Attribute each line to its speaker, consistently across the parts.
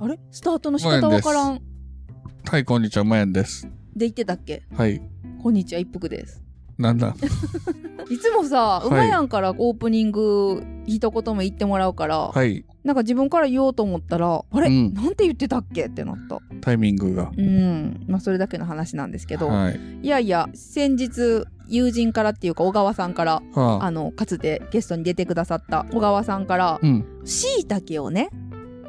Speaker 1: あれスタートの仕方わからん。
Speaker 2: はい、こんにちは、まやんです。
Speaker 1: で言ってたっけ
Speaker 2: はい。
Speaker 1: こんにちは、一服です。
Speaker 2: なんだ
Speaker 1: いつもさ、
Speaker 2: いう
Speaker 1: まやんからオープニング一言も言ってもらうから、
Speaker 2: はい。
Speaker 1: なんか自分から言おうと思ったら、あれ、
Speaker 2: うん
Speaker 1: なんて言ってたっけってなった。
Speaker 2: タイミングが。
Speaker 1: うん。まあ、それだけの話なんですけど、
Speaker 2: はい。
Speaker 1: い、やいや、先日、友人からっていうか、小川さんから、
Speaker 2: はあ。
Speaker 1: あの、かつてゲストに出てくださった小川さんから、
Speaker 2: うん。
Speaker 1: しいたけをね、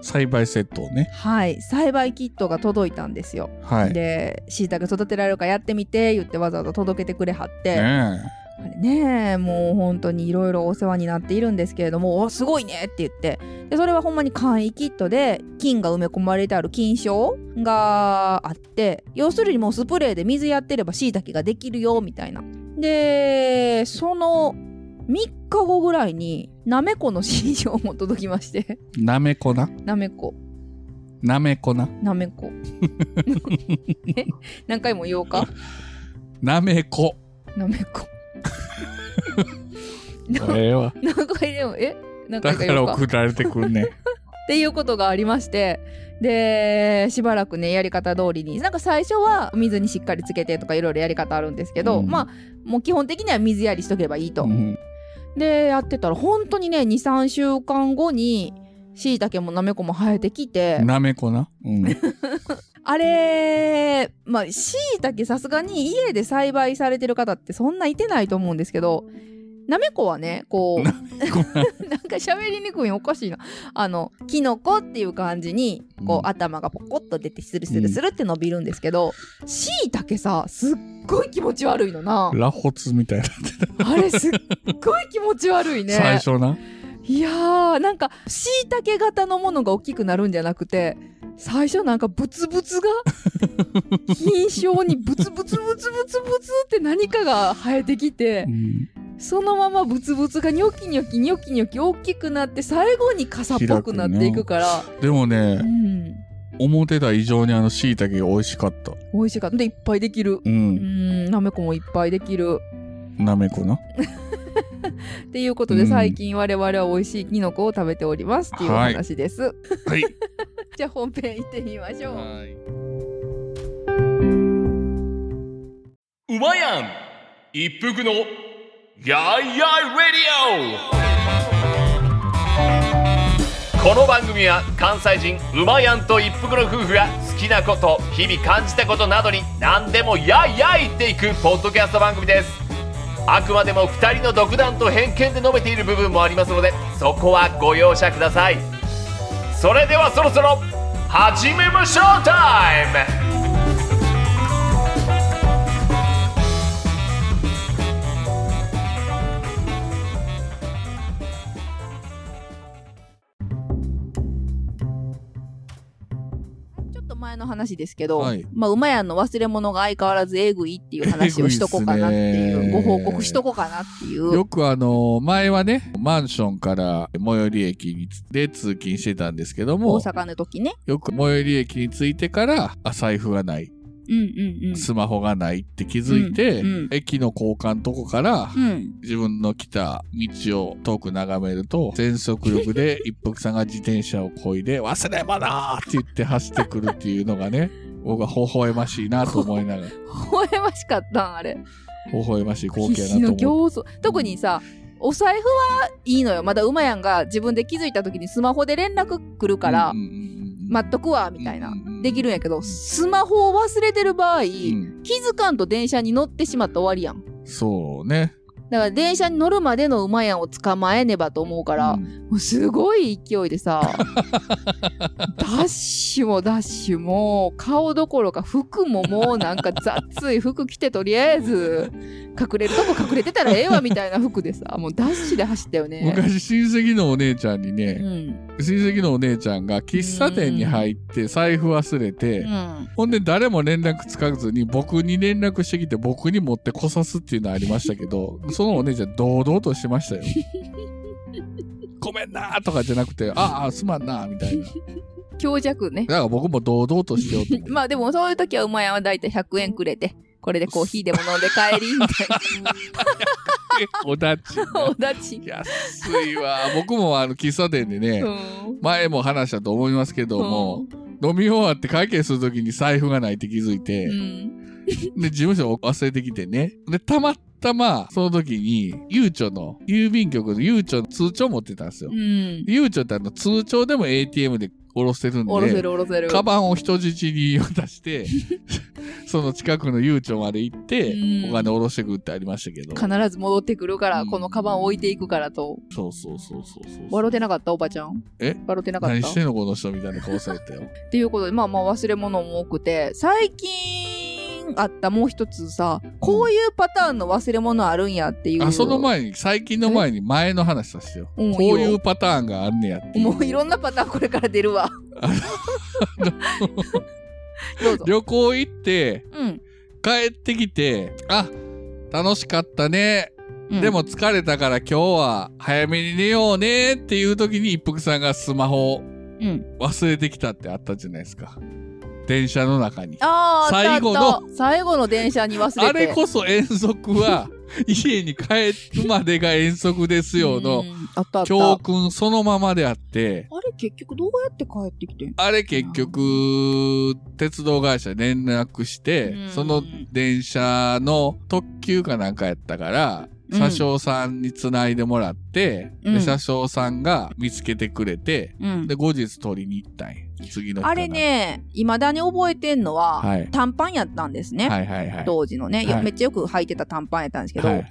Speaker 2: 栽培セットをね。
Speaker 1: はい、栽培キットが届いたんですよ。
Speaker 2: はい。ね
Speaker 1: で、しいたけ育てられるかやってみて、言ってわざわざ届けてくれはって、
Speaker 2: え。
Speaker 1: あれねもう本当にいろいろお世話になっているんですけれども「おすごいね」って言ってでそれはほんまに簡易キットで菌が埋め込まれてある菌床があって要するにもうスプレーで水やってればしいたけができるよみたいな。でその3日後ぐらいになめこの新章も届きまして
Speaker 2: なめこな。
Speaker 1: なめこ
Speaker 2: なめこな。
Speaker 1: なめこ え何回も言おうか
Speaker 2: なめこ。
Speaker 1: なめこ な
Speaker 2: ええわ。
Speaker 1: 何回でもえ何
Speaker 2: だ
Speaker 1: 回か
Speaker 2: か
Speaker 1: 言
Speaker 2: ら
Speaker 1: おうか
Speaker 2: 送られてくるね。
Speaker 1: っていうことがありましてでしばらくねやり方通りになんか最初は水にしっかりつけてとかいろいろやり方あるんですけど、
Speaker 2: うん
Speaker 1: まあもう基本的には水やりしとけばいいと、
Speaker 2: うん
Speaker 1: でやってたら本当にね23週間後にしいたけもなめこも生えてきて
Speaker 2: なめこな。うん。
Speaker 1: あれまあしいたけさすがに家で栽培されてる方ってそんないてないと思うんですけどなめこはねこう
Speaker 2: なごめん
Speaker 1: なんか喋りにくいのおかしいな。あの、キノコっていう感じに、こう、
Speaker 2: うん。
Speaker 1: 頭がポコッと出て、スルスルスルって伸びるんですけど、しいたけさ、すっごい気持ち悪いのな
Speaker 2: ラホツみたいな。
Speaker 1: あれ、すっごい気持ち悪いね。
Speaker 2: 最初な。
Speaker 1: いやー、なんか、しいたけ型のものが大きくなるんじゃなくて、最初なんかブツブ ツが品症にブツブツブツブツブツって何かが生えてきて
Speaker 2: うん
Speaker 1: そのままブツブツがニョキニョキニョキニョキ大きくなって最後に傘っぽくなっていくから
Speaker 2: でもね
Speaker 1: う、ん
Speaker 2: 思ってた以上にあの椎茸が美味しかった。
Speaker 1: 美味しかったでいっぱいできる
Speaker 2: う。
Speaker 1: うんんなめこもいっぱいできる
Speaker 2: なめこな。
Speaker 1: っていうことで、
Speaker 2: うん
Speaker 1: 最近我々は美味しいキノコを食べておりますっていうお話です、
Speaker 2: はい。
Speaker 1: じゃあ本編行ってみましょう、
Speaker 3: うまやん一服のやいやいレディオこの番組は関西人うまやんと一服の夫婦が好きなこと日々感じたことなどに何でもやいやい言っていくポッドキャスト番組ですあくまでも2人の独断と偏見で述べている部分もありますのでそこはご容赦くださいそれではそろそろ始めましょうタイム
Speaker 1: ちょっと前の話ですけど、
Speaker 2: はい
Speaker 1: まあ馬やんの忘れ物が相変わらずえぐいっていう話をしとこうかなっていう
Speaker 2: えぐいっすね
Speaker 1: ご報告しとこうかなっていう
Speaker 2: よくあの前はねマンションから最寄り駅にで通勤してたんですけど
Speaker 1: 大
Speaker 2: も
Speaker 1: 阪の時ね
Speaker 2: よく最寄り駅に着いてからあ財布がない
Speaker 1: うんうんうん
Speaker 2: スマホがないって気づいて、
Speaker 1: うんうん
Speaker 2: 駅の交換とこから
Speaker 1: うん
Speaker 2: 自分の来た道を遠く眺めると全速力 で一服さんが自転車をこいで「忘れ物!」って言って走ってくるっていうのがね僕は微笑ましいなと思いながら
Speaker 1: 微笑ましかったんあれ
Speaker 2: 微笑ましい光
Speaker 1: 必
Speaker 2: 景
Speaker 1: 死
Speaker 2: だ
Speaker 1: の
Speaker 2: と思う。
Speaker 1: 競争特にさお財布はいいのよまだ馬やんが自分で気づいた時にスマホで連絡来るから
Speaker 2: うんうんうんうん
Speaker 1: 待っとくわみたいな
Speaker 2: うんうんうん
Speaker 1: できるんやけどスマホを忘れてる場合
Speaker 2: う
Speaker 1: 気
Speaker 2: ん
Speaker 1: づかんと電車に乗ってしまったら終わりやん
Speaker 2: そうね。
Speaker 1: だから電車に乗るまでの馬やんを捕まえねばと思うから
Speaker 2: う
Speaker 1: も
Speaker 2: ん
Speaker 1: うすごい勢いで さダッシュもダッシュも顔どころか服ももうなんか雑い服着てとりあえず隠れるとこ隠れてたらええわみたいな服でさもうダッシュで走ったよね。
Speaker 2: 昔親戚のお姉ちゃんに
Speaker 1: う
Speaker 2: ね、
Speaker 1: ん
Speaker 2: 親戚のお姉ちゃんが喫茶店に入って財布忘れて、
Speaker 1: うん
Speaker 2: ほんで誰も連絡つかずに僕に連絡してきて僕に持ってこさすっていうのありましたけ どそのお姉ちゃん堂々としてましたよごめんなーとかじゃなくてああすまんなーみたいなだか
Speaker 1: 強弱ね
Speaker 2: ら僕も堂々としようと思 う
Speaker 1: まあでもそういう時は馬屋は大体100円くれてこれでコーヒーでも飲んで帰りみた い
Speaker 2: おだちね
Speaker 1: な おだち、
Speaker 2: 安いわ僕もあの喫茶店でね、
Speaker 1: うん
Speaker 2: 前も話したと思いますけども、飲み終わって会計するときに財布がないって気づいて、
Speaker 1: うん
Speaker 2: で、事務所を忘れてきてね。で、たまたま、その時に、ゆうちょの、郵便局のゆうちょの通帳持ってたんですよ。
Speaker 1: うん
Speaker 2: ゆうちょってあの、通帳でも ATM で下ろせるん
Speaker 1: おろせ
Speaker 2: で、
Speaker 1: るおろせる
Speaker 2: カバンを人質に 渡して、その近くのゆうちょまで行って
Speaker 1: う、ん
Speaker 2: お金下ろしてくるってありましたけど。
Speaker 1: 必ず戻ってくるから、
Speaker 2: うん
Speaker 1: このカバン置いていくからと
Speaker 2: そうそうそうそうそう
Speaker 1: 笑ってなかったおばちゃん
Speaker 2: え
Speaker 1: 笑ってなかっ
Speaker 2: 何
Speaker 1: た
Speaker 2: してんのこの人みたいな顔されたよ。
Speaker 1: っていうことでまあまあ忘れ物も多くて最近あったもう一つさこういうパターンの忘れ物あるんやって いう
Speaker 2: あ、その前に、最近の前に前の話させてよ。
Speaker 1: うん
Speaker 2: こういうパターンがあんねやっていう。
Speaker 1: もういろんなパターンこれから出るわ
Speaker 2: あの
Speaker 1: どうぞ
Speaker 2: 旅行行って、
Speaker 1: うん、
Speaker 2: 帰ってきて、あ、楽しかったね。
Speaker 1: うん
Speaker 2: でも疲れたから今日は早めに寝ようねっていう時に一服さんがスマホ
Speaker 1: うん
Speaker 2: 忘れてきたってあったじゃないですか。電車の中に。
Speaker 1: ああ
Speaker 2: 最後の
Speaker 1: 最後の電車に忘れて
Speaker 2: あれこそ遠足は 家に帰るまでが遠足ですよ
Speaker 1: う
Speaker 2: の
Speaker 1: んあったあった
Speaker 2: 教訓そのままであって、
Speaker 1: あれ結局どうやって帰ってきてん
Speaker 2: あれ結局、鉄道会社に連絡して、
Speaker 1: うん
Speaker 2: その電車の特急かなんかやったから、
Speaker 1: うん
Speaker 2: 車掌さんにつないでもらって、
Speaker 1: う
Speaker 2: で
Speaker 1: ん
Speaker 2: 車掌さんが見つけてくれて、
Speaker 1: うん
Speaker 2: で、後日取りに行ったんや。次の日かな
Speaker 1: あれ。ねいまだに覚えてんのは、
Speaker 2: はい
Speaker 1: 短パンやったんですね、
Speaker 2: はいはいはい。
Speaker 1: 当時のね、いや
Speaker 2: はい
Speaker 1: めっちゃよく履いてた短パンやったんですけど、
Speaker 2: はい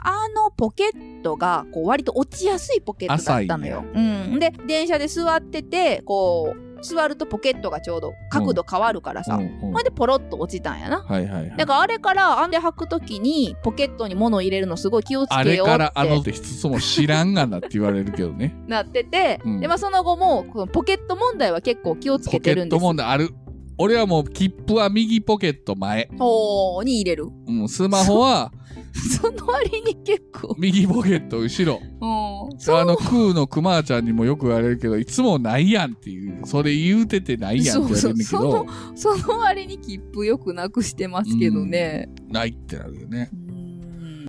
Speaker 1: あのポケットがこう割と落ちやすいポケットだったのよ。うん、で電車で座っててこう座るとポケットがちょうど角度変わるからさ、
Speaker 2: うんう
Speaker 1: ほ
Speaker 2: ん
Speaker 1: んでポロッと落ちたんやな。
Speaker 2: はいはいはい。
Speaker 1: だからあれからあんで履くときにポケットに物を入れるのすごい気をつ
Speaker 2: あ
Speaker 1: け
Speaker 2: れ
Speaker 1: よう
Speaker 2: か
Speaker 1: っ
Speaker 2: らあの
Speaker 1: て
Speaker 2: 人つも知らんがなって言われるけどね。
Speaker 1: なってて、
Speaker 2: うん
Speaker 1: でまあ、その後もこのポケット問題は結構気を つ
Speaker 2: ポ
Speaker 1: け
Speaker 2: ケ
Speaker 1: てる
Speaker 2: ッ
Speaker 1: んで
Speaker 2: ト
Speaker 1: す
Speaker 2: 問題ある。俺はもう切符は右ポケット前。
Speaker 1: ほうに入れる
Speaker 2: うん、スマホは
Speaker 1: その割に結構
Speaker 2: 右ポケット後ろ。
Speaker 1: うん
Speaker 2: あ
Speaker 1: そう
Speaker 2: の、空のクマちゃんにもよく言われるけど、いつもないやんっていう、それ言うててないやんって言われるんだけ
Speaker 1: そうそ
Speaker 2: ど
Speaker 1: う、その割に切符よくなくしてますけどね、
Speaker 2: ないってなるよね。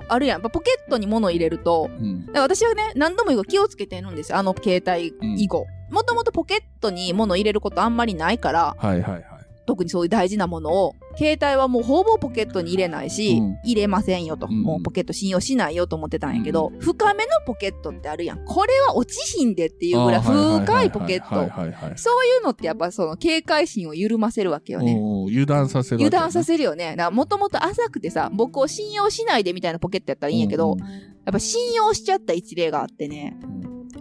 Speaker 1: あるやん。やっぱポケットに物を入れると、
Speaker 2: うん。
Speaker 1: だから私はね、何度も言うけど気をつけてるんですよ。あの携帯以後。もともとポケットに物を入れることあんまりないから、
Speaker 2: はいはいはい。
Speaker 1: 特にそういう大事なものを、携帯はもうほぼポケットに入れないし、
Speaker 2: うん
Speaker 1: 入れませんよと、
Speaker 2: うん
Speaker 1: もうポケット信用しないよと思ってたんやけど、深めのポケットってあるやん。これは落ちひんでっていうぐらい
Speaker 2: あーはは
Speaker 1: 深
Speaker 2: はい
Speaker 1: ポケッ
Speaker 2: はい
Speaker 1: ト。
Speaker 2: はいはいはい。
Speaker 1: そういうのってやっぱその警戒心を緩ませるわけよね。
Speaker 2: おー油断させる
Speaker 1: 油断さ
Speaker 2: る
Speaker 1: せるよね。もともと浅くてさ、僕を信用しないでみたいなポケットやったらいいんやけど、やっぱ信用しちゃった一例があってね、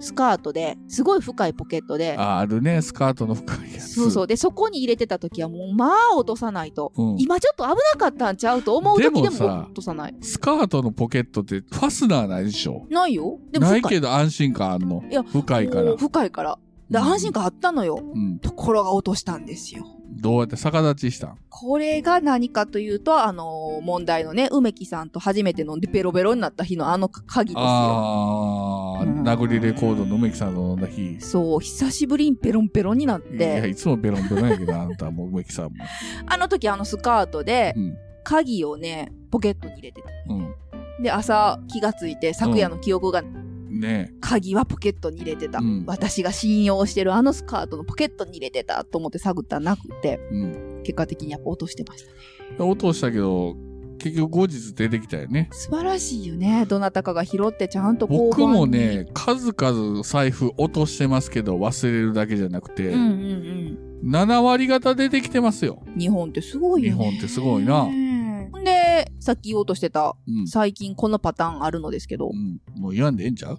Speaker 1: スカートですごい深いポケットで、
Speaker 2: ああるね、スカートの深いやつ。
Speaker 1: そうそう。で、そこに入れてた時はもう、まあ落とさないと。
Speaker 2: うん
Speaker 1: 今ちょっと危なかったんちゃうと思う時でも
Speaker 2: でもさ
Speaker 1: 落とさない。
Speaker 2: スカートのポケットってファスナーないでしょ
Speaker 1: ないよ。でも
Speaker 2: な
Speaker 1: 深い。
Speaker 2: いけど安心感あんの
Speaker 1: いや。
Speaker 2: 深いから
Speaker 1: もう。深いから。で、安心感あったのよ。
Speaker 2: うん。
Speaker 1: ところが落としたんですよ。
Speaker 2: どうやって逆立ちしたん
Speaker 1: これが何かというと、あの問題のね、梅木さんと初めて飲んでベロベロになった日のあの鍵ですよ。
Speaker 2: ああ、
Speaker 1: うん
Speaker 2: 殴りレコードの梅木さんの飲んだ日。
Speaker 1: そう、久しぶりにペロンペロンになっ
Speaker 2: いや、
Speaker 1: て、
Speaker 2: いつもベロンベロンやけど、あんたも梅木さんも。
Speaker 1: あの時あのスカートで
Speaker 2: う、ん。
Speaker 1: 鍵をね、ポケットに入れてた。
Speaker 2: う
Speaker 1: で、朝気がついて、昨夜の記憶が、
Speaker 2: ん。ね
Speaker 1: 鍵はポケットに入れてた。
Speaker 2: うん
Speaker 1: 私が信用してるあのスカートのポケットに入れてたと思って探ったらなくて
Speaker 2: え。、うん。
Speaker 1: 結果的にやっぱ落としてました。
Speaker 2: 落としたけど、結局後日出てきたよね。
Speaker 1: 素晴らしいよね。どなたかが拾ってちゃんと交
Speaker 2: 僕
Speaker 1: 番に
Speaker 2: も、ね、数々財布落としてますけど、忘れるだけじゃなくて、
Speaker 1: うんうん
Speaker 2: 7割方出てきてますよ。
Speaker 1: うん。日本ってすごいよね。
Speaker 2: 日本ってすごいな
Speaker 1: うんほんで、さっき言おうとしてた、
Speaker 2: うん。
Speaker 1: 最近このパターンあるのですけど
Speaker 2: う、ん、もう言わんでええんちゃう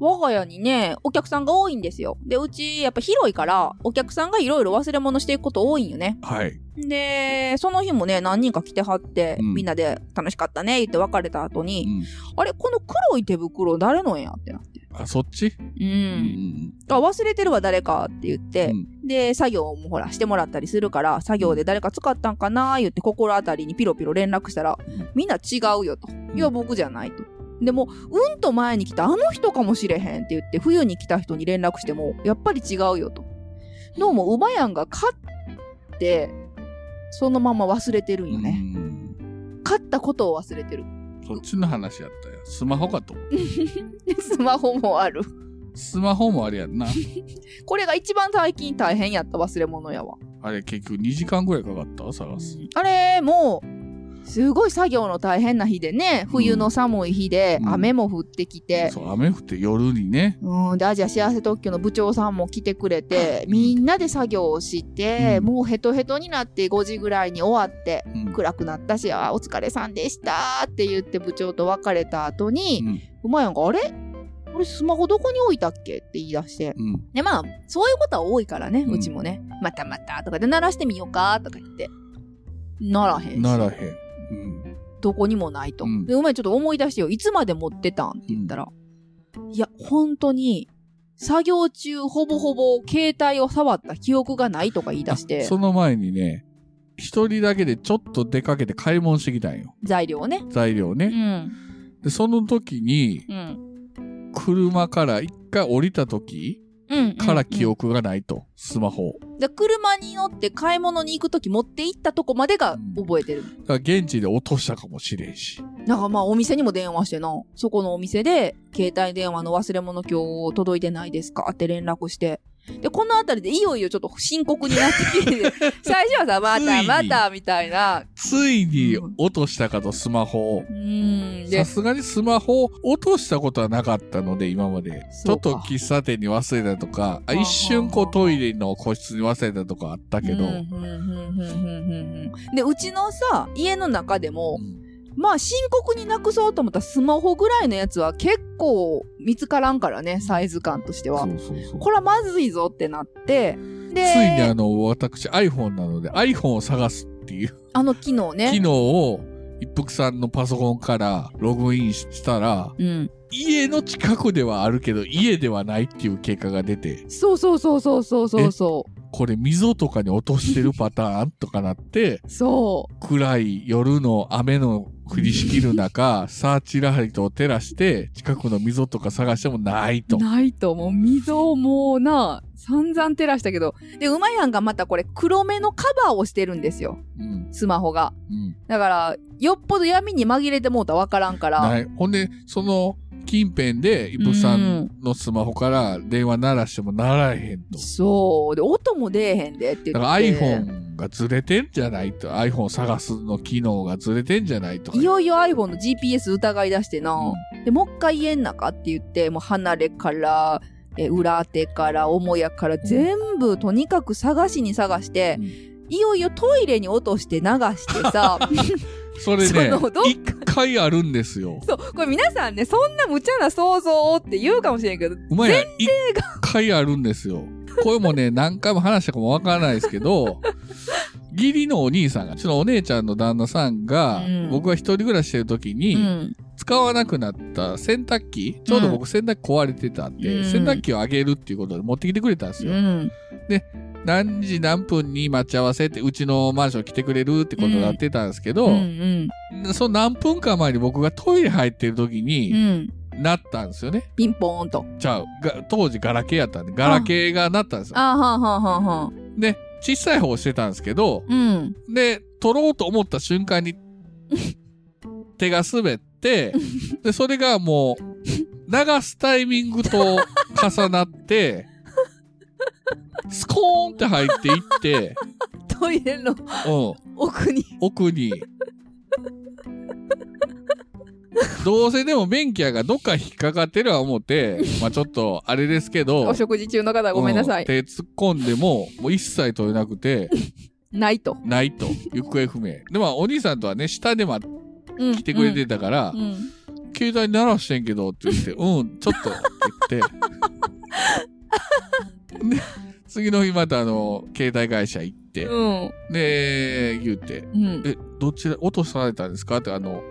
Speaker 1: 我が家にね、お客さんが多いんですよ。で、うちやっぱ広いから、お客さんがいろいろ忘れ物していくこと多いんよね。
Speaker 2: はい。
Speaker 1: で、その日もね、何人か来てはって、
Speaker 2: うん
Speaker 1: みんなで楽しかったね、言って別れた後
Speaker 2: う
Speaker 1: に、
Speaker 2: ん。
Speaker 1: あれ、この黒い手袋誰のやってなって。
Speaker 2: あ、そっち
Speaker 1: う。
Speaker 2: うん
Speaker 1: あ、忘れてるわ、誰かって言って、
Speaker 2: うん
Speaker 1: で、作業もほら、してもらったりするから、作業で誰か使ったんかなー言って、心当たりにピロピロ連絡したら、
Speaker 2: うん
Speaker 1: みんな違うよと。
Speaker 2: ん
Speaker 1: いや、僕じゃないと。でも、うんと前に来たあの人かもしれへんって言って、冬に来た人に連絡しても、やっぱり違うよと。どうも、馬やんが勝って、そのまま忘れてるんよね。
Speaker 2: うん
Speaker 1: 勝ったことを忘れてる。
Speaker 2: そっちの話やったよ。スマホかと思う。
Speaker 1: でスマホもある。
Speaker 2: スマホもあれやんな。
Speaker 1: これが一番最近大変やった忘れ物やわ
Speaker 2: あれ結局2時間ぐらいかかった探す。
Speaker 1: あれもうすごい作業の大変な日でね冬の寒い日で
Speaker 2: うん
Speaker 1: 雨も降ってきて、
Speaker 2: そう、雨降って夜にね。
Speaker 1: うん、でアジア幸せ特急の部長さんも来てくれてみんなで作業をして、
Speaker 2: うん
Speaker 1: もうヘトヘトになって5時ぐらいに終わって
Speaker 2: うん。
Speaker 1: 暗くなったし「あーお疲れさんでした」って言って部長と別れた後
Speaker 2: う
Speaker 1: に
Speaker 2: ん
Speaker 1: 「うまやんがあれこれスマホどこに置いたっけ?」って言い出して
Speaker 2: うん。
Speaker 1: でまあそういうことは多いからね
Speaker 2: うん
Speaker 1: うちもね「またまた」とかで「鳴らしてみようか」とか言ってならへんし
Speaker 2: ならへん。うん。
Speaker 1: どこにもないと。
Speaker 2: うん
Speaker 1: でうまいちょっと思い出してよいつまで持ってたんって言ったら、いや本当に作業中ほぼほぼ携帯を触った記憶がないとか言い出して
Speaker 2: その前にね、一人だけでちょっと出かけて買い物してきたんよ。
Speaker 1: 材料をね。
Speaker 2: 材料
Speaker 1: う
Speaker 2: ね。
Speaker 1: ん
Speaker 2: で、その時に、
Speaker 1: うん
Speaker 2: 車から一回降りた時
Speaker 1: うん、
Speaker 2: から記
Speaker 1: 憶、
Speaker 2: 憶がないと。スマホ。
Speaker 1: で車に乗って買い物に行く時持って行ったとこまでが覚えてる、
Speaker 2: だから現地で落としたかもしれんし。
Speaker 1: なんかまあお店にも電話してなそこのお店で携帯電話の忘れ物今日届いてないですかって連絡してでこの辺りでいよいよちょっと深刻になってき て最初はさ「またまた」みたいな
Speaker 2: ついに落としたかとスマホを。
Speaker 1: うーんで
Speaker 2: さすがにスマホを落としたことはなかったので今までち
Speaker 1: そ
Speaker 2: ょ
Speaker 1: う
Speaker 2: っ
Speaker 1: か
Speaker 2: と喫茶店に忘れたとかあ
Speaker 1: あはあ
Speaker 2: 一瞬こうトイレの個室に忘れたとかあったけど、
Speaker 1: うんうんうんうんうんうんでうちのさ家の中でもまあ深刻になくそうと思ったらスマホぐらいのやつは結構見つからんからねサイズ感としては
Speaker 2: そうそうそう
Speaker 1: これはまずいぞってなって
Speaker 2: つ
Speaker 1: で
Speaker 2: いにあの私 iPhone なので iPhone を探すっていう
Speaker 1: あの機能ね
Speaker 2: 機能を一服さんのパソコンからログインしたら
Speaker 1: うん、
Speaker 2: 家の近くではあるけど家ではないっていう結果が出て
Speaker 1: そうそうそうそうそうそうそ
Speaker 2: これ溝とかに落としてるパターンとかなって
Speaker 1: う そ
Speaker 2: 暗い夜の雨の降りしきる中、サーチライトを照らして、近くの溝とか探してもないと
Speaker 1: う。ないともう溝をもうな散々照らしたけどで馬やんがまたこれ黒目のカバーをしてるんですよ
Speaker 2: うん。
Speaker 1: スマホが
Speaker 2: うん。
Speaker 1: だからよっぽど闇に紛れてもうたら分からんから
Speaker 2: ない。ほんで、その近辺で、イブさんのスマホから電話鳴らしてもならへんと。
Speaker 1: そうで音も出えへんでって言って
Speaker 2: だから iPhone がずれてんじゃないと。iPhone 探すの機能がずれてんじゃないとか。
Speaker 1: いよいよ iPhone の GPS 疑い出してな、
Speaker 2: うん
Speaker 1: でもう一回家ん中って言ってもう離れからえ裏手から母屋から全部とにかく探しに探して、
Speaker 2: う
Speaker 1: いよいよトイレに落として流して さ
Speaker 2: それね
Speaker 1: そのどっ、か
Speaker 2: 一回あるんですよ。
Speaker 1: そうこれ皆さんねそんな無茶な想像をって言うかもしれんけど
Speaker 2: うまいやん一回あるんですよ。これも ね、何回も話したかもわからないですけど、義理のお兄さんが、うちのお姉ちゃんの旦那さんが、
Speaker 1: うん
Speaker 2: 僕が一人暮らししてる時に、
Speaker 1: うん
Speaker 2: 使わなくなった洗濯機、ちょうど僕洗濯機壊れてたんで、
Speaker 1: うん
Speaker 2: 洗濯機をあげるっていうことで持ってきてくれたんです
Speaker 1: う
Speaker 2: よ。
Speaker 1: ん
Speaker 2: 何時何分に待ち合わせって、うちのマンション来てくれるってことになってたんですけど、
Speaker 1: うんうん
Speaker 2: その何分か前に僕がトイレ入ってる時
Speaker 1: う
Speaker 2: に、
Speaker 1: ん
Speaker 2: なったんですよね。
Speaker 1: ピンポーンと
Speaker 2: ちゃう。が当時ガラケーやったんで、ガラケーがなったんですよ。
Speaker 1: あーはんはんはんはん
Speaker 2: で、小さい方をしてたんですけど、
Speaker 1: うん
Speaker 2: で、取ろうと思った瞬間 に、手が滑って、で、それがもう、流すタイミングと重なって、スコーンって入っていって、
Speaker 1: トイレの
Speaker 2: うん、
Speaker 1: 奥に
Speaker 2: 奥に。どうせでも便器やがどっか引っかかってるは思って、まあちょっとあれですけど
Speaker 1: お、食事中の 方ごめんなさ
Speaker 2: う
Speaker 1: い、
Speaker 2: 手突っ込んでも、もう一切取れなくて、
Speaker 1: ないと、
Speaker 2: ないと行方不明でまあお兄さんとはね下でま
Speaker 1: うん
Speaker 2: 来てくれてたから、
Speaker 1: うんうん
Speaker 2: 携帯鳴らしてんけどって言 って「うんちょっと」って言って で次の日またあの携帯会社行って、
Speaker 1: うん
Speaker 2: で言うて
Speaker 1: うん
Speaker 2: 「えどちら落とされたんですか?」ってあの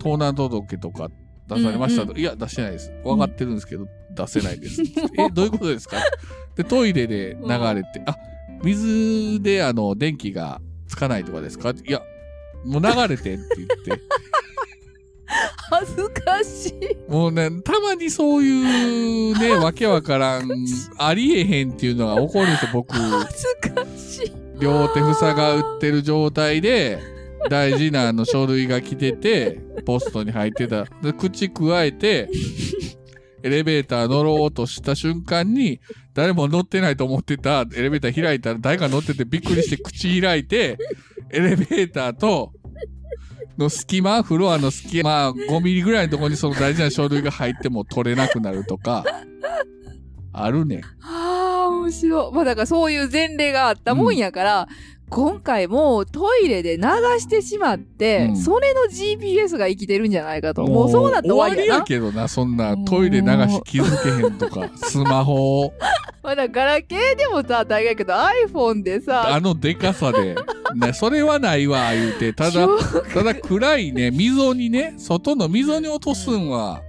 Speaker 2: 盗難届とか出されましたと、いや出してないです分かってるんですけど、出せないです」えどういうことですか?」でトイレで流れて「あ水であの電気がつかないとかですか?」いやもう流れてんって言って
Speaker 1: 恥ずかしい
Speaker 2: もうねたまにそういうねわけわからんありえへんっていうのが起こるんですよ僕
Speaker 1: 恥ずかしい
Speaker 2: 両手塞がってる状態で大事なあの書類が来ててポストに入ってたで口くわえてエレベーター乗ろうとした瞬間に、誰も乗ってないと思ってたエレベーター開いたら、誰か乗っててびっくりして口開いて、エレベーターと、の隙間、フロアの隙間、5ミリぐらいのところにその大事な書類が入っても取れなくなるとか、あるねん。
Speaker 1: ああ、面白い。まあだからそういう前例があったもんやから、今回もトイレで流してしまって、
Speaker 2: うん
Speaker 1: それの GPS が生きてるんじゃないかと。もうそうなったら終わりやな。
Speaker 2: 終わりやけどな、そんなトイレ流し気づけへん とか、スマホを、
Speaker 1: まあだからガラケーでもさ、大概やけど iPhone でさ、
Speaker 2: あのでかさで、ね、それはないわ、言うて、た だ、ただ暗いね、溝にね、外の溝に落とすんは、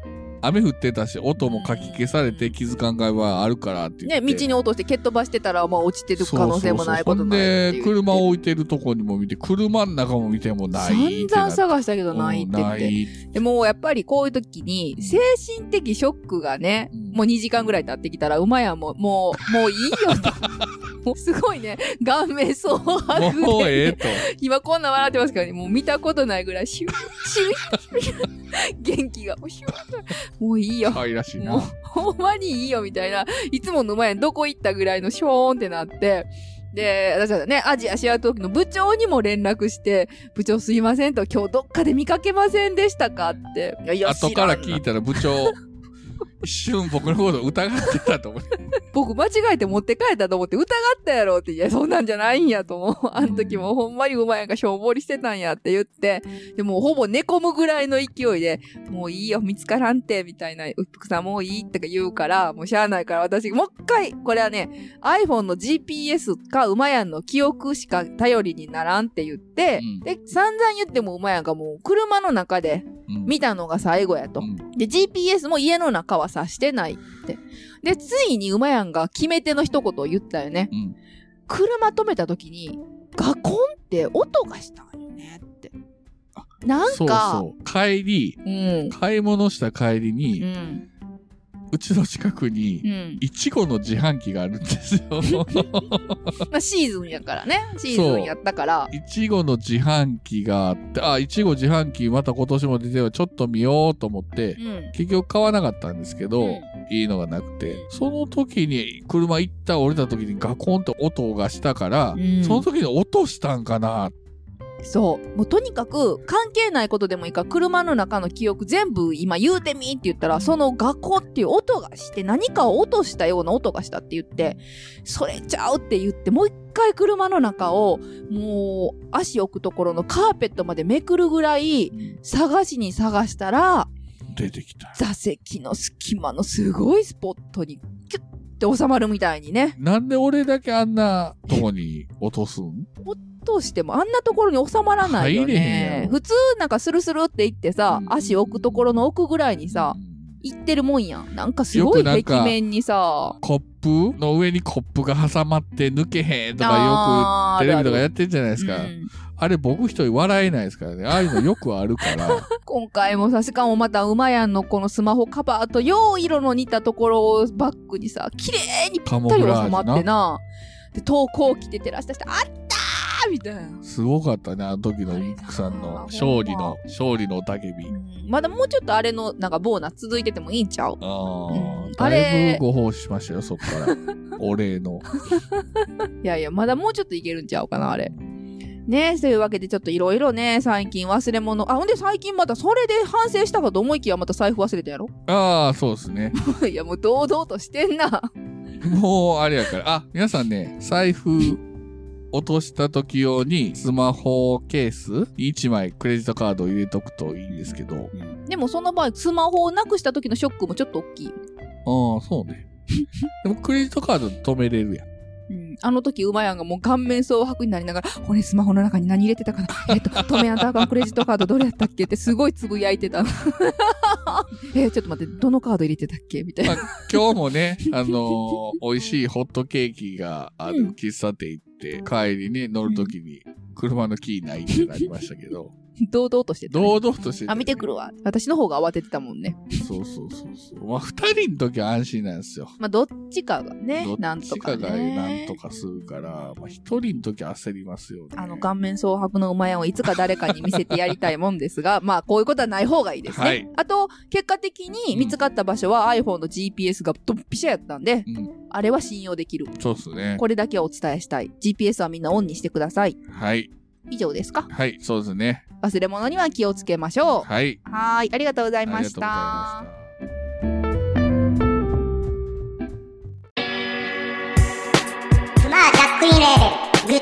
Speaker 2: 雨降ってたし、音もかき消されて気づかんがいはあるからって言
Speaker 1: ね、
Speaker 2: って。
Speaker 1: 道に落として蹴っ飛ばしてたら、まあ落ちてる可能性もないことないって
Speaker 2: そう
Speaker 1: 言
Speaker 2: そうそうほんで、車
Speaker 1: って
Speaker 2: 置いてるとこにも見て、車の中も見てもないって
Speaker 1: 散々
Speaker 2: なって。
Speaker 1: 探したけどないって言って。
Speaker 2: うんない
Speaker 1: でもやっぱりこういう時に精神的ショックがね、
Speaker 2: うん
Speaker 1: もう2時間ぐらい経ってきたら馬やんももうもういいよ ともうすごいね顔面蒼白で、
Speaker 2: もうええと。
Speaker 1: 今こんな笑ってますからねもう見たことないぐらいシュッシュッシュッ元気がもうシュッもういいよ
Speaker 2: 可愛らしい
Speaker 1: もう
Speaker 2: な。
Speaker 1: ほんまにいいよみたいな、いつもの前にどこ行ったぐらいのショーンってなって、で、私はね、アジアシェアトークの部長にも連絡して、部長すいませんと、今日どっかで見かけませんでしたかって。いやいや、
Speaker 2: 後
Speaker 1: 知
Speaker 2: から
Speaker 1: ん
Speaker 2: 聞いたら 部長、一瞬僕のこと疑ってたと思って。
Speaker 1: 僕間違えて持って帰ったと思って疑ったやろって、いや、そんなんじゃないんやと思う。あの時もほんまにうまいやんかしょんぼりしてたんやって言って、でもうほぼ寝込むぐらいの勢いで、もういいよ、見つからんて、みたいな、うっぷくさんもういいとか言うから、もうしゃあないから私、もう一回、これはね、iPhone の GPS か馬やんの記憶しか頼りにならんって言って、
Speaker 2: うん
Speaker 1: で、散々言っても馬やんがもう車の中で
Speaker 2: うん
Speaker 1: 見たのが最後やと
Speaker 2: う。ん
Speaker 1: で GPS も家の中はさしてないってでついに馬やんが決め手の一言を言ったよね
Speaker 2: うん
Speaker 1: 車止めた時にガコンって音がしたんよねってなんか
Speaker 2: そうそう。帰り、
Speaker 1: うん
Speaker 2: 買い物した帰りに、う
Speaker 1: うん
Speaker 2: ちの近く
Speaker 1: う
Speaker 2: に、
Speaker 1: ん
Speaker 2: いちごの自販機があるんですよ。
Speaker 1: まあ、シーズンやからねシーズンやったから
Speaker 2: いちごの自販機があって、あ、いちご自販機また今年も出てるちょっと見ようと思って、
Speaker 1: うん
Speaker 2: 結局買わなかったんですけど、
Speaker 1: うん
Speaker 2: いいのがなくて、その時に車一旦降りた時にガコンって音がしたから、
Speaker 1: うん
Speaker 2: その時に音したんかな
Speaker 1: そうもうとにかく関係ないことでもいいから車の中の記憶全部今言うてみって言ったらその学校っていう音がして何かを落としたような音がしたって言ってそれちゃうって言ってもう一回車の中をもう足置くところのカーペットまでめくるぐらい探しに探したら
Speaker 2: 出てきた。
Speaker 1: 座席の隙間のすごいスポットにキュッて収まるみたいにね
Speaker 2: なんで俺だけあんなとこに落とすん
Speaker 1: どうしてもあんなところに収まらないよ
Speaker 2: 入れへんや
Speaker 1: ね
Speaker 2: ろ
Speaker 1: 普通なんかスルスルって行ってさ
Speaker 2: うん
Speaker 1: 足置くところの奥ぐらいにさ
Speaker 2: うん
Speaker 1: 行ってるもんやんなんかすごい
Speaker 2: よくなんか
Speaker 1: 壁面にさ
Speaker 2: コップの上にコップが挟まって抜けへんとかよ
Speaker 1: あ
Speaker 2: く
Speaker 1: ー
Speaker 2: テレビ
Speaker 1: ある
Speaker 2: とか
Speaker 1: ある
Speaker 2: やってるじゃないですか。
Speaker 1: うん
Speaker 2: あれ僕一人笑えないですからね。ああいうのよくあ るから。
Speaker 1: 今回もさしかもまた馬やんのこのスマホカバーとよう色の似たところをバックにさ綺麗にぴっ
Speaker 2: カモ
Speaker 1: たり
Speaker 2: フ
Speaker 1: 収
Speaker 2: ラー
Speaker 1: ま
Speaker 2: ジュ
Speaker 1: って
Speaker 2: な。
Speaker 1: なで投稿着て照らしたして「あったー!」みたいな。
Speaker 2: すごかったね、あの時のウンクさんの
Speaker 1: あれな
Speaker 2: 勝利の、勝利の雄たけび
Speaker 1: う。んまだもうちょっとあれのなんかボーナス続いててもいいんちゃうう
Speaker 2: あ
Speaker 1: ん
Speaker 2: あ、
Speaker 1: あ
Speaker 2: だい
Speaker 1: れ
Speaker 2: ぶご奉仕しましたよ、そっ から。お礼の。
Speaker 1: いやいやまだもうちょっといけるんちゃうかなあれねそういうわけでちょっといろいろね最近忘れ物あほんで最近またそれで反省したかと思いきやまた財布忘れたやろ
Speaker 2: ああ、そうですね。
Speaker 1: いやもう堂々としてんな
Speaker 2: もう、あれやから。あ、皆さんね、財布落とした時用に、スマホケースに1枚クレジットカードを入れとくといいんですけど。うん、あ
Speaker 1: でもその場合スマホをなくした時のショックもちょっと大きい、
Speaker 2: あ、そうね。 でもクレジットカードで止めれるやん。
Speaker 1: うん、あの時馬やんがもう顔面蒼白になりながら「これスマホの中に何入れてたかな えっと止めやんとあかんクレジットカードどれやったっけ?」ってすごいつぶやいてた えちょっと待ってどのカード入れてたっけみたいな
Speaker 2: まあ、今日もね、あ のー美味しいホットケーキがあ
Speaker 1: うん
Speaker 2: る喫茶店行って、帰りに乗るときに、車のキーないってなりましたけど、
Speaker 1: 堂々としてたね、
Speaker 2: 堂々として
Speaker 1: あ見てくるわ私の方が慌ててたもんね
Speaker 2: そうそうそうそうまあ二人の時は安心なんですよ
Speaker 1: まあどっちかがね
Speaker 2: ど
Speaker 1: な
Speaker 2: っ
Speaker 1: ん
Speaker 2: ち
Speaker 1: と
Speaker 2: か
Speaker 1: か、ね、
Speaker 2: がなんとかするから、まあ、一人の時焦りますよね。
Speaker 1: あの顔面蒼白の馬やんをいつか誰かに見せてやりたいもんですが まあこういうことはない方がいいですね、
Speaker 2: はい
Speaker 1: あと結果的に見つかった場所は iPhone の GPS がドンピシャやったんで、
Speaker 2: うん
Speaker 1: あれは信用できる
Speaker 2: そうですね。
Speaker 1: これだけはお伝えしたい GPS はみんなオンにしてください
Speaker 2: はい。
Speaker 1: 以上ですか
Speaker 2: はい、そうですね。
Speaker 1: 忘れ物には気をつけましょう
Speaker 2: はい。
Speaker 1: はーいありがとうござ
Speaker 2: あ
Speaker 1: いました
Speaker 2: りがとうございました。
Speaker 4: スマージャックインレーベル、グッ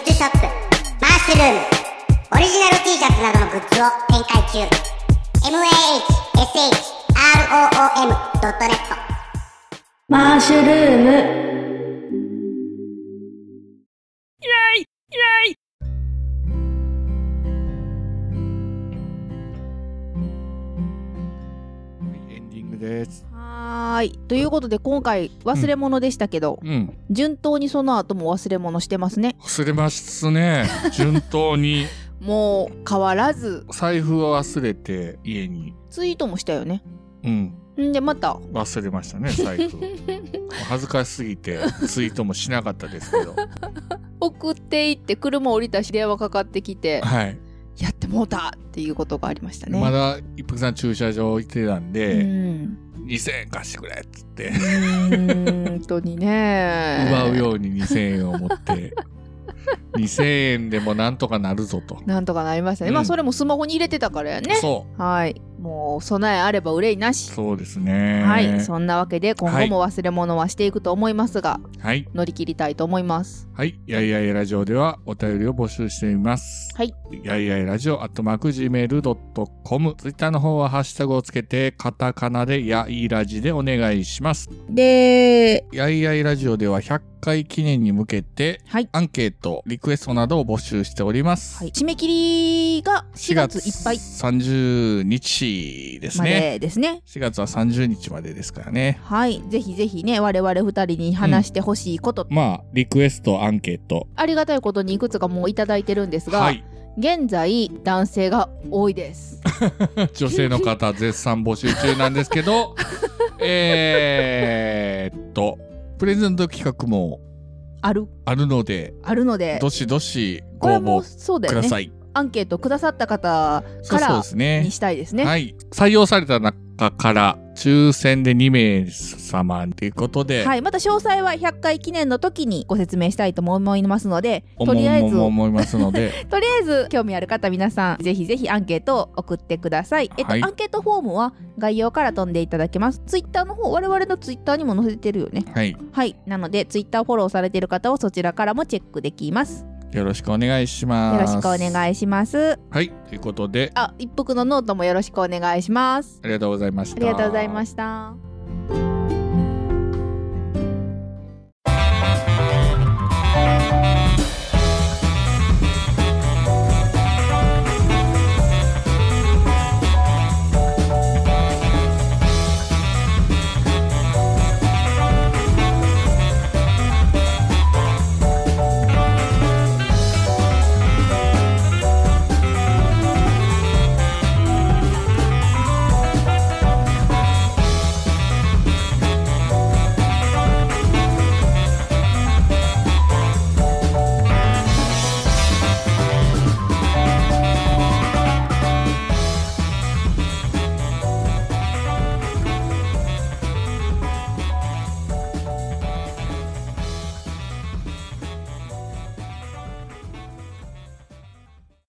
Speaker 4: ズショップ、マッシュルーム、オリジナル T シャツなどのグッズを展開中。mahshroom.net
Speaker 5: マーシュルーム
Speaker 2: はいエンディングです。
Speaker 1: はーいということで今回忘れ物でしたけど、
Speaker 2: うん。
Speaker 1: 順当にその後も忘れ物してますね
Speaker 2: 忘れま すね。順当に。
Speaker 1: もう変わらず
Speaker 2: 財布を忘れて、家に。
Speaker 1: ツイートもしたよね
Speaker 2: うん。
Speaker 1: んでまた
Speaker 2: 忘れましたね、財 布。恥ずかしすぎて、ツイートもしなかったです けど。
Speaker 1: 送っていって車降りたし電話かかってきて
Speaker 2: はい。
Speaker 1: やってもうたっていうことがありましたね
Speaker 2: まだ、一服さん駐車場行ってたん
Speaker 1: う
Speaker 2: で、
Speaker 1: ん
Speaker 2: 2000円貸してくれっつって。
Speaker 1: うーん本当にね
Speaker 2: 奪うように2000円を 持って2000円でもなんとかなるぞと、
Speaker 1: なんとかなりましたね、
Speaker 2: うん
Speaker 1: まあそれもスマホに入れてたからやね
Speaker 2: そ
Speaker 1: はいもう備えあれば憂いな
Speaker 2: う
Speaker 1: し
Speaker 2: そうですね
Speaker 1: はいそんなわけで今後も忘れ物はしていくと思いますが、
Speaker 2: はい、
Speaker 1: 乗り切りたいと思います
Speaker 2: はい、やいやいラジオではお便りを募集しています
Speaker 1: はい
Speaker 2: やいやいラジオアットマーク Gmail.com ツイッターの方はハッシュタグをつけてカタカナでやいラジでお願いします
Speaker 1: で
Speaker 2: やいやいラジオでは100回記念に向けて
Speaker 1: はい
Speaker 2: アンケートリクエストなどを募集しております、
Speaker 1: はい、締め切りが4月いっぱい
Speaker 2: 30日です
Speaker 1: ま
Speaker 2: ね
Speaker 1: でですね
Speaker 2: 4月は30日までですからね
Speaker 1: はいぜひぜひね我々二人に話してほしいこと、
Speaker 2: まあ、リクエストアンケート。
Speaker 1: ありがたいことにいくつかもういただいてるんですが、
Speaker 2: はい。
Speaker 1: 現在男性が多いです。
Speaker 2: 女性の方、絶賛募集中なんですけど、えーっと、プレゼント企画も
Speaker 1: ある
Speaker 2: あるので、
Speaker 1: あるので
Speaker 2: どしどし
Speaker 1: こ
Speaker 2: ご
Speaker 1: れ
Speaker 2: 応
Speaker 1: はもう
Speaker 2: 募
Speaker 1: そうだ
Speaker 2: く
Speaker 1: よ
Speaker 2: だ
Speaker 1: ね
Speaker 2: さい。
Speaker 1: アンケートくださった方
Speaker 2: そ
Speaker 1: か
Speaker 2: うそう
Speaker 1: ら
Speaker 2: ですね
Speaker 1: に。したいですね。
Speaker 2: はい。採用された中から、抽選で2名様ということで、
Speaker 1: はい、また詳細は100回記念の時にご説明したいとも思いますのでと
Speaker 2: 思う
Speaker 1: りあえず
Speaker 2: 思う思いますので、
Speaker 1: とりあえず興味ある方皆さんぜひぜひアンケートを送ってください、えっと
Speaker 2: はい
Speaker 1: アンケートフォームは概要から飛んでいただけますツイッターの方我々のツイッターにも載せてるよね
Speaker 2: はい。
Speaker 1: はいなのでツイッターフォローされてる方はそちらからもチェックできます
Speaker 2: よろしくお願いし
Speaker 1: よ
Speaker 2: ま
Speaker 1: ろ
Speaker 2: す。
Speaker 1: しくお願いします
Speaker 2: はい。ということで、
Speaker 1: あ一服のノートもよろしくお願いします
Speaker 2: ありがとうございました。
Speaker 1: ありがとうございました